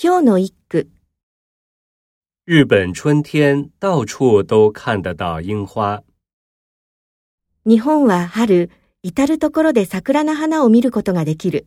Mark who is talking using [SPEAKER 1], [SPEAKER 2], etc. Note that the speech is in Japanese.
[SPEAKER 1] 今日の一句。
[SPEAKER 2] 日本春天到处都看得到樱花。
[SPEAKER 1] 日本は春、至るところで桜の花を見ることができる。